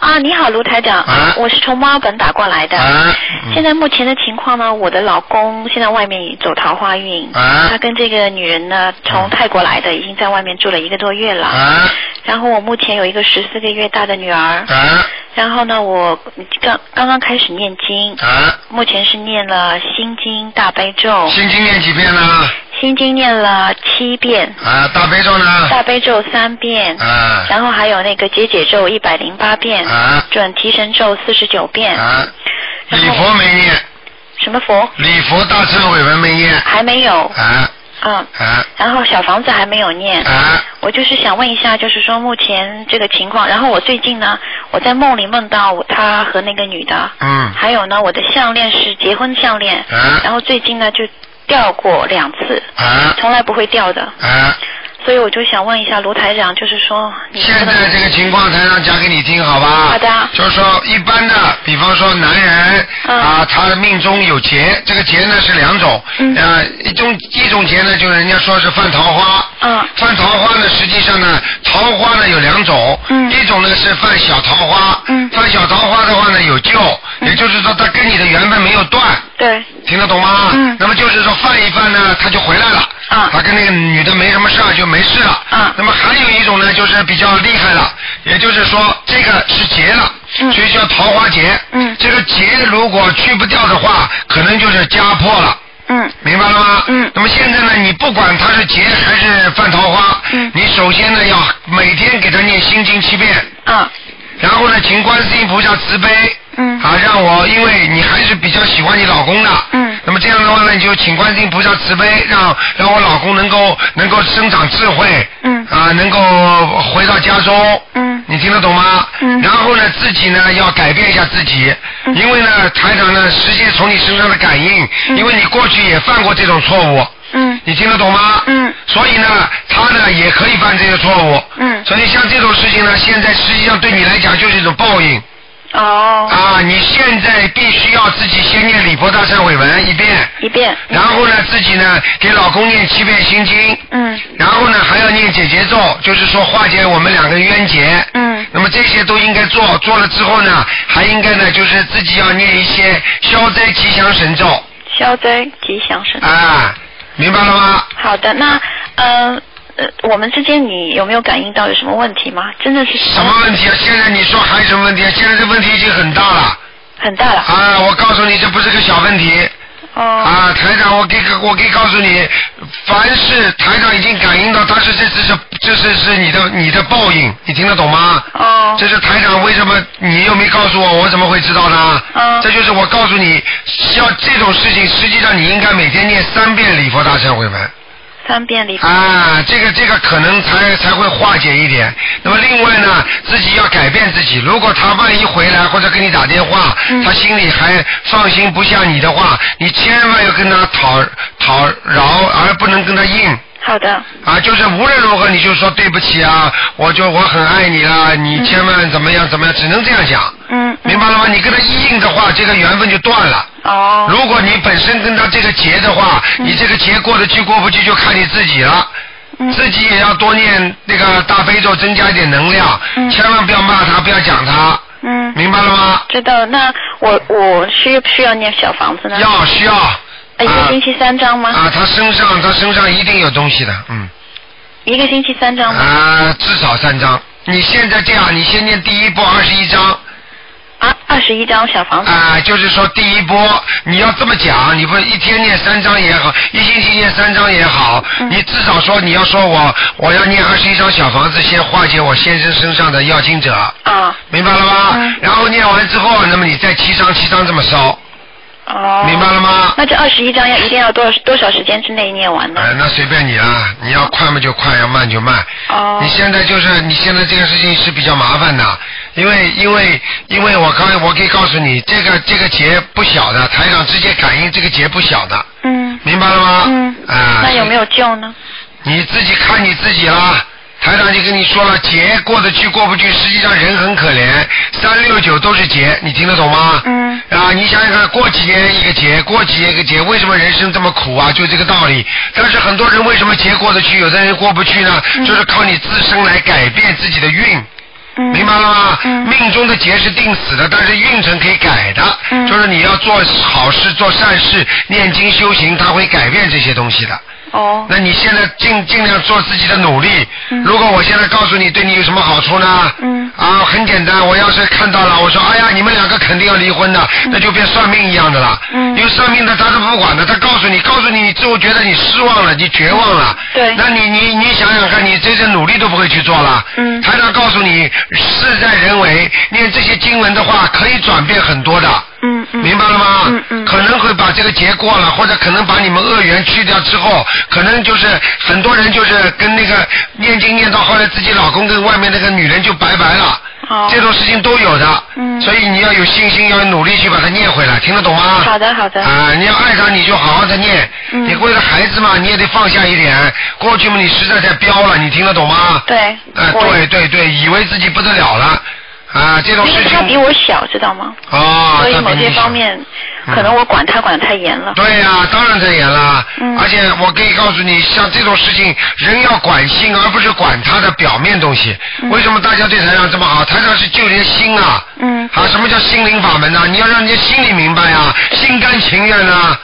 啊你好，卢台长，啊我是从墨尔本打过来的。啊现在目前的情况呢，我的老公现在外面走桃花运，啊嗯他跟这个女人呢从泰国来的，已经在外面住了一个多月了。啊然后我目前有一个十四个月大的女儿，啊然后呢，我刚刚刚开始念经，啊！目前是念了心经大悲咒，心经念几遍呢？心经念了七遍，啊，大悲咒呢？大悲咒三遍，啊然后还有那个解解咒一百零八遍，啊准提神咒四十九遍，啊！然礼后佛没念，什么佛礼佛大忏悔文没念。还没有，啊嗯，啊然后小房子还没有念。啊！我就是想问一下，就是说目前这个情况，然后我最近呢，我在梦里梦到我他和那个女的，嗯还有呢，我的项链是结婚项链，然啊后最近呢就掉过两次，啊从来不会掉的，啊！所以我就想问一下卢台长，就是说你能现不能在这个情况，台上讲给你听，好吧？好的就是说，一般的，比方说男人、嗯啊，他的命中有劫，这个劫呢是两种，嗯呃，一种一种劫呢，就是人家说是犯桃花。嗯犯桃花呢，实际上呢，桃花呢有两种，嗯一种呢是犯小桃花，嗯犯小桃花的话呢有救，嗯也就是说他跟你的缘分没有断，对听得懂吗？嗯那么就是说犯一犯呢，他就回来了。啊他跟那个女的没什么事儿，就没事了。啊那么还有一种呢，就是比较厉害了，也就是说这个是劫了，嗯所以叫桃花劫。嗯这个劫如果去不掉的话，可能就是家破了。嗯明白了吗？嗯那么现在呢，你不管他是劫还是犯桃花，嗯你首先呢要每天给他念心经七遍，啊然后呢，请观世音菩萨慈悲，嗯啊，让我，因为你还是比较喜欢你老公的，嗯那么这样的话呢，你就请观世音菩萨慈悲，让让我老公能够能够生长智慧，嗯啊，能够回到家中，嗯你听得懂吗？嗯然后呢，自己呢要改变一下自己，嗯因为呢，台长呢，实际从你身上的感应，嗯因为你过去也犯过这种错误，嗯你听得懂吗？嗯所以呢，他呢也可以犯这些错误。嗯所以像这种事情呢，现在实际上对你来讲就是一种报应哦啊！你现在必须要自己先念礼佛大忏悔文一遍，一遍然后呢自己呢给老公念七遍心经，嗯然后呢还要念解结咒，就是说化解我们两个冤结。嗯那么这些都应该做，做了之后呢，还应该呢就是自己要念一些消灾吉祥神咒消灾吉祥神啊，明白了吗？好的那呃呃我们之间你有没有感应到有什么问题吗真的是什么问题啊？现在你说还有什么问题啊？现在这问题已经很大了很大了啊！我告诉你，这不是个小问题哦啊！台长，我给我可以告诉你，凡是台长已经感应到，但是这只是这是是你的你的报应，你听得懂吗？哦这是台长为什么你又没告诉我，我怎么会知道呢？嗯这就是我告诉你，要这种事情，实际上你应该每天念三遍礼佛大忏悔文。三遍礼啊，这个这个可能才才会化解一点。那么另外呢，自己要改变自己。如果他万一回来或者跟你打电话，嗯他心里还放心不下你的话，你千万要跟他讨讨饶，而不能跟他硬。好的啊，就是无论如何你就说对不起啊，我就我很爱你啦，你嗯千万怎么样怎么样，只能这样讲，嗯嗯明白了吗？你跟他一硬的话，这个缘分就断了。哦如果你本身跟他这个结的话，嗯你这个结过得去过不去就看你自己了。嗯自己也要多念那个大悲咒，增加一点能量，嗯千万不要骂他，不要讲他，嗯明白了吗？知道那我我需不需要念小房子呢要需要啊呃一个星期三张吗啊，他身上他身上一定有东西的，嗯一个星期三张吗啊，至少三张。你现在这样，你先念第一波二十一章啊二十一张小房子啊，就是说第一波你要这么讲，你不一天念三章也好，一星期念三章也好，嗯你至少说你要说我我要念二十一张小房子，先化解我先生身上的要经者。啊明白了吗？嗯然后念完之后，那么你再七张七张这么烧，哦明白了吗？那这二十一张要一定要多少多少时间之内念完呢？哎，那随便你啦，你要快嘛就快，要慢就慢。哦你现在就是你现在这个事情是比较麻烦的，因为因为因为我刚我可以告诉你，这个这个节不小的，台长直接感应这个节不小的，嗯明白了吗？嗯，啊，那有没有救呢？你自己看你自己啦。台长就跟你说了，劫过得去过不去，实际上人很可怜，三六九都是劫，你听得懂吗？嗯啊，你想想看，过几年一个劫，过几年一个劫，为什么人生这么苦啊？就这个道理。但是很多人为什么劫过得去，有的人过不去呢？嗯就是靠你自身来改变自己的运，嗯明白了吗？嗯命中的劫是定死的，但是运程可以改的。嗯就是你要做好事、做善事、念经修行，它会改变这些东西的。哦，那你现在尽尽量做自己的努力。嗯如果我现在告诉你对你有什么好处呢？嗯啊，很简单，我要是看到了，我说哎呀，你们两个肯定要离婚的，那就变算命一样的了。嗯因为算命的他都不管的，他告诉你，告诉你，你之后觉得你失望了，你绝望了。嗯对那你你你想想看，你这些努力都不会去做了。嗯台长告诉你，事在人为，念这些经文的话，可以转变很多的。嗯嗯，明白了吗？嗯嗯可能会把这个结过了，或者可能把你们恶缘去掉之后，可能就是很多人就是跟那个念经念到后来，自己老公跟外面那个女人就拜拜了。哦这种事情都有的。嗯所以你要有信心，要努力去把它念回来，听得懂吗？好的好的啊、你要爱他，你就好好的念。嗯你为了孩子嘛，你也得放下一点。过去嘛，你实在太彪了，你听得懂吗？。对，哎、我对对对，以为自己不得了了，啊、这种因事为情。他比我小，知道吗？哦，所以他比某你些小方面，嗯可能我管他管得太严 了。对呀、当然在演了。嗯而且我可以告诉你，像这种事情，人要管心，而不是管他的表面东西。嗯为什么大家对台长这么好？台长是救人家心啊。嗯，啊，什么叫心灵法门呢、啊你要让人家心里明白啊，心甘情愿啊，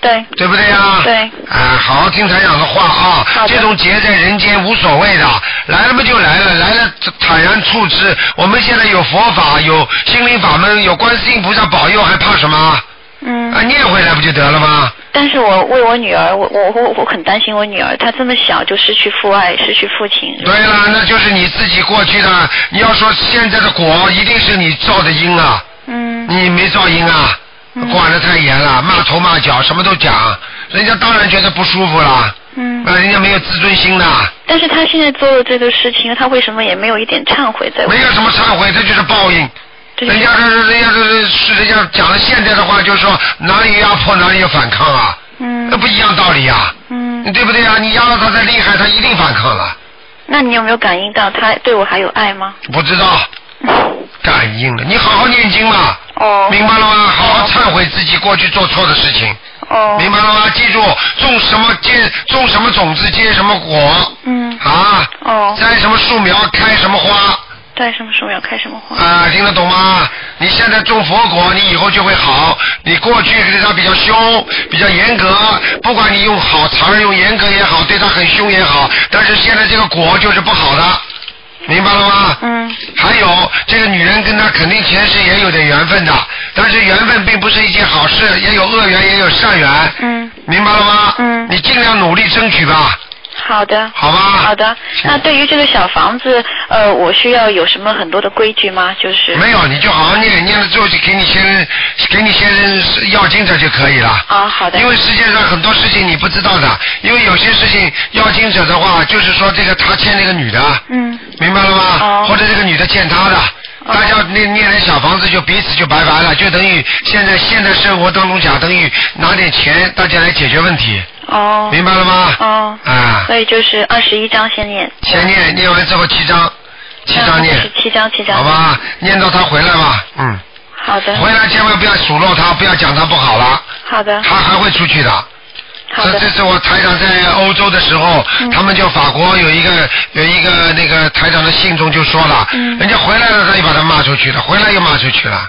对，对不对呀、啊？对啊，好好听台长的话啊。好的这种劫在人间无所谓的，来了嘛就来了，来了坦然处之。我们现在有佛法，有心灵法门，有观世音菩萨保佑，还怕什么？嗯啊，，念回来不就得了吗？但是我为我女儿，我我我我很担心我女儿，她这么小就失去父爱，失去父亲。对了，那就是你自己过去的。你要说现在的果，一定是你造的因啊，嗯你没造因啊，嗯管得太严了，骂头骂脚，什么都讲，人家当然觉得不舒服了，嗯，那人家没有自尊心的，但是她现在做了这个事情，她为什么也没有一点忏悔在我？没有什么忏悔，这就是报应。这人家这人家这是人家讲了现在的话，就是说哪里有压迫哪里有反抗啊，嗯那不一样道理啊，嗯，对不对啊？你压得他再厉害，他一定反抗了，那你有没有感应到她对我还有爱吗？不知道感应了。你好好念经嘛。哦哦明白了吗？好好忏悔自己过去做错的事情，哦，明白了吗？记住，种什么结，种什么种子结什么果嗯啊，哦，栽什么树苗开什么花在什么时候要开什么花？啊，听得懂吗？你现在种佛果，你以后就会好。你过去对他比较凶，比较严格，不管你用好词儿用严格也好，对他很凶也好，但是现在这个果就是不好的，明白了吗？嗯还有这个女人跟他肯定前世也有点缘分的，但是缘分并不是一件好事，也有恶缘，也有善缘，嗯，明白了吗？嗯你尽量努力争取吧，好的。好吧？啊好的，那对于这个小房子，呃，我需要有什么很多的规矩吗？就是没有，你就好好念，念了之后就给你先生，给你先生要经者就可以了。啊，好的，因为世界上很多事情你不知道的，因为有些事情要经者的话，就是说这个他欠那个女的，嗯，明白了吗？哦或者这个女的欠他的，哦大家念念点小房子就彼此就拜拜了，就等于现在现在生活当中讲，等于拿点钱大家来解决问题，哦，明白了吗？哦，啊，所以就是二十一章先念，先念念完之后七张，七张念，嗯七章七章，好？吧？念到他回来吧，嗯，好的，回来千万不要数落他，不要讲他不好了，好的，他还会出去的。好这这的，次我台长在欧洲的时候，嗯他们就法国有一个有一个那个台长的信中就说了，嗯人家回来了他就把他骂出去了，回来又骂出去了。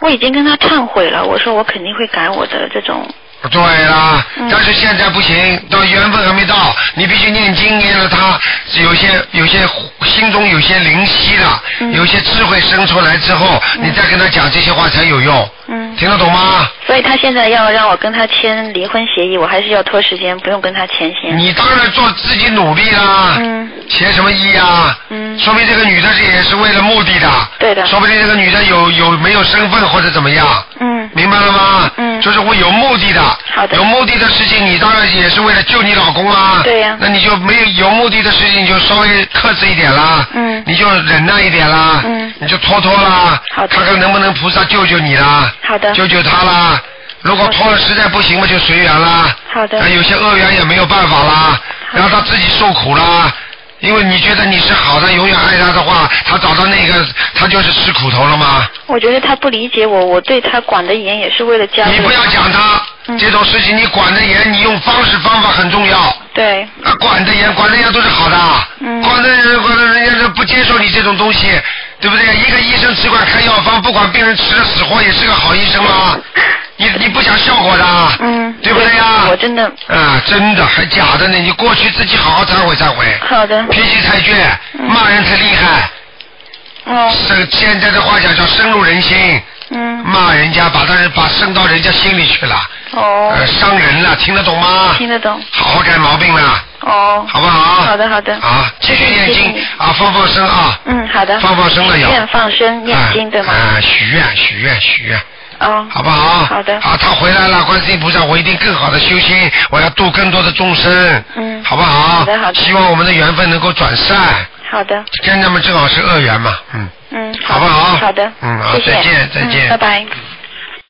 我已经跟他忏悔了，我说我肯定会改我的这种，对啦，嗯但是现在不行，到缘分还没到，你必须念经念了他，有些有些心中有些灵犀了，嗯有些智慧生出来之后，嗯你再跟他讲这些话才有用，嗯，听得懂吗？所以他现在要让我跟他签离婚协议，我还是要拖时间，不用跟他签先，你当然做自己努力啦，嗯写什么意啊？嗯，说明这个女的是也是为了目的的。对的说不定这个女的有有没有身份或者怎么样，嗯明白了吗？嗯就是会有目的的。好的有目的的事情，你当然也是为了救你老公啊。对呀那你就没有有目的的事情，你就稍微克制一点啦。嗯你就忍耐一点啦。嗯你就拖拖啦。好的看看能不能菩萨救救你啦。好的救救他啦。如果好的拖了实在不行嘛，就随缘啦。好的哎啊有些恶缘也没有办法啦，好的让他自己受苦啦。因为你觉得你是好的，永远爱他的话，他找到那个他就是吃苦头了吗？我觉得他不理解我，我对他管得严也是为了家里。你不要讲他嗯这种事情，你管得严，你用方式方法很重要。 对，啊，管得严，管得严都是好的。嗯管得严，管得人家是不接受你这种东西，对不对？一个医生只管开药方，不管病人吃的死活，也是个好医生吗？你你不讲效果的，嗯，对不对呀、我真的啊，真的还假的呢？你过去自己好好忏悔忏悔，好的，脾气太倔，嗯骂人太厉害，哦，是现在的话讲叫深入人心，嗯，骂人家把他人把渗到人家心里去了，哦，呃，伤人了，听得懂吗？听得懂，好好改毛病了，哦，好不好？好的好的啊，继续谢念谢经你啊，放放生啊，嗯，好的，放放生了许要。愿放生念经对吗？啊，许愿许愿许愿，哦，好不好？啊好的好，他回来了，观世音菩萨，我一定更好的修心，我要度更多的众生，嗯好不好？好的好的希望我们的缘分能够转善，好的，跟他们正好是恶缘嘛，嗯，嗯，好不好好的，嗯好谢谢，再见再见嗯拜拜。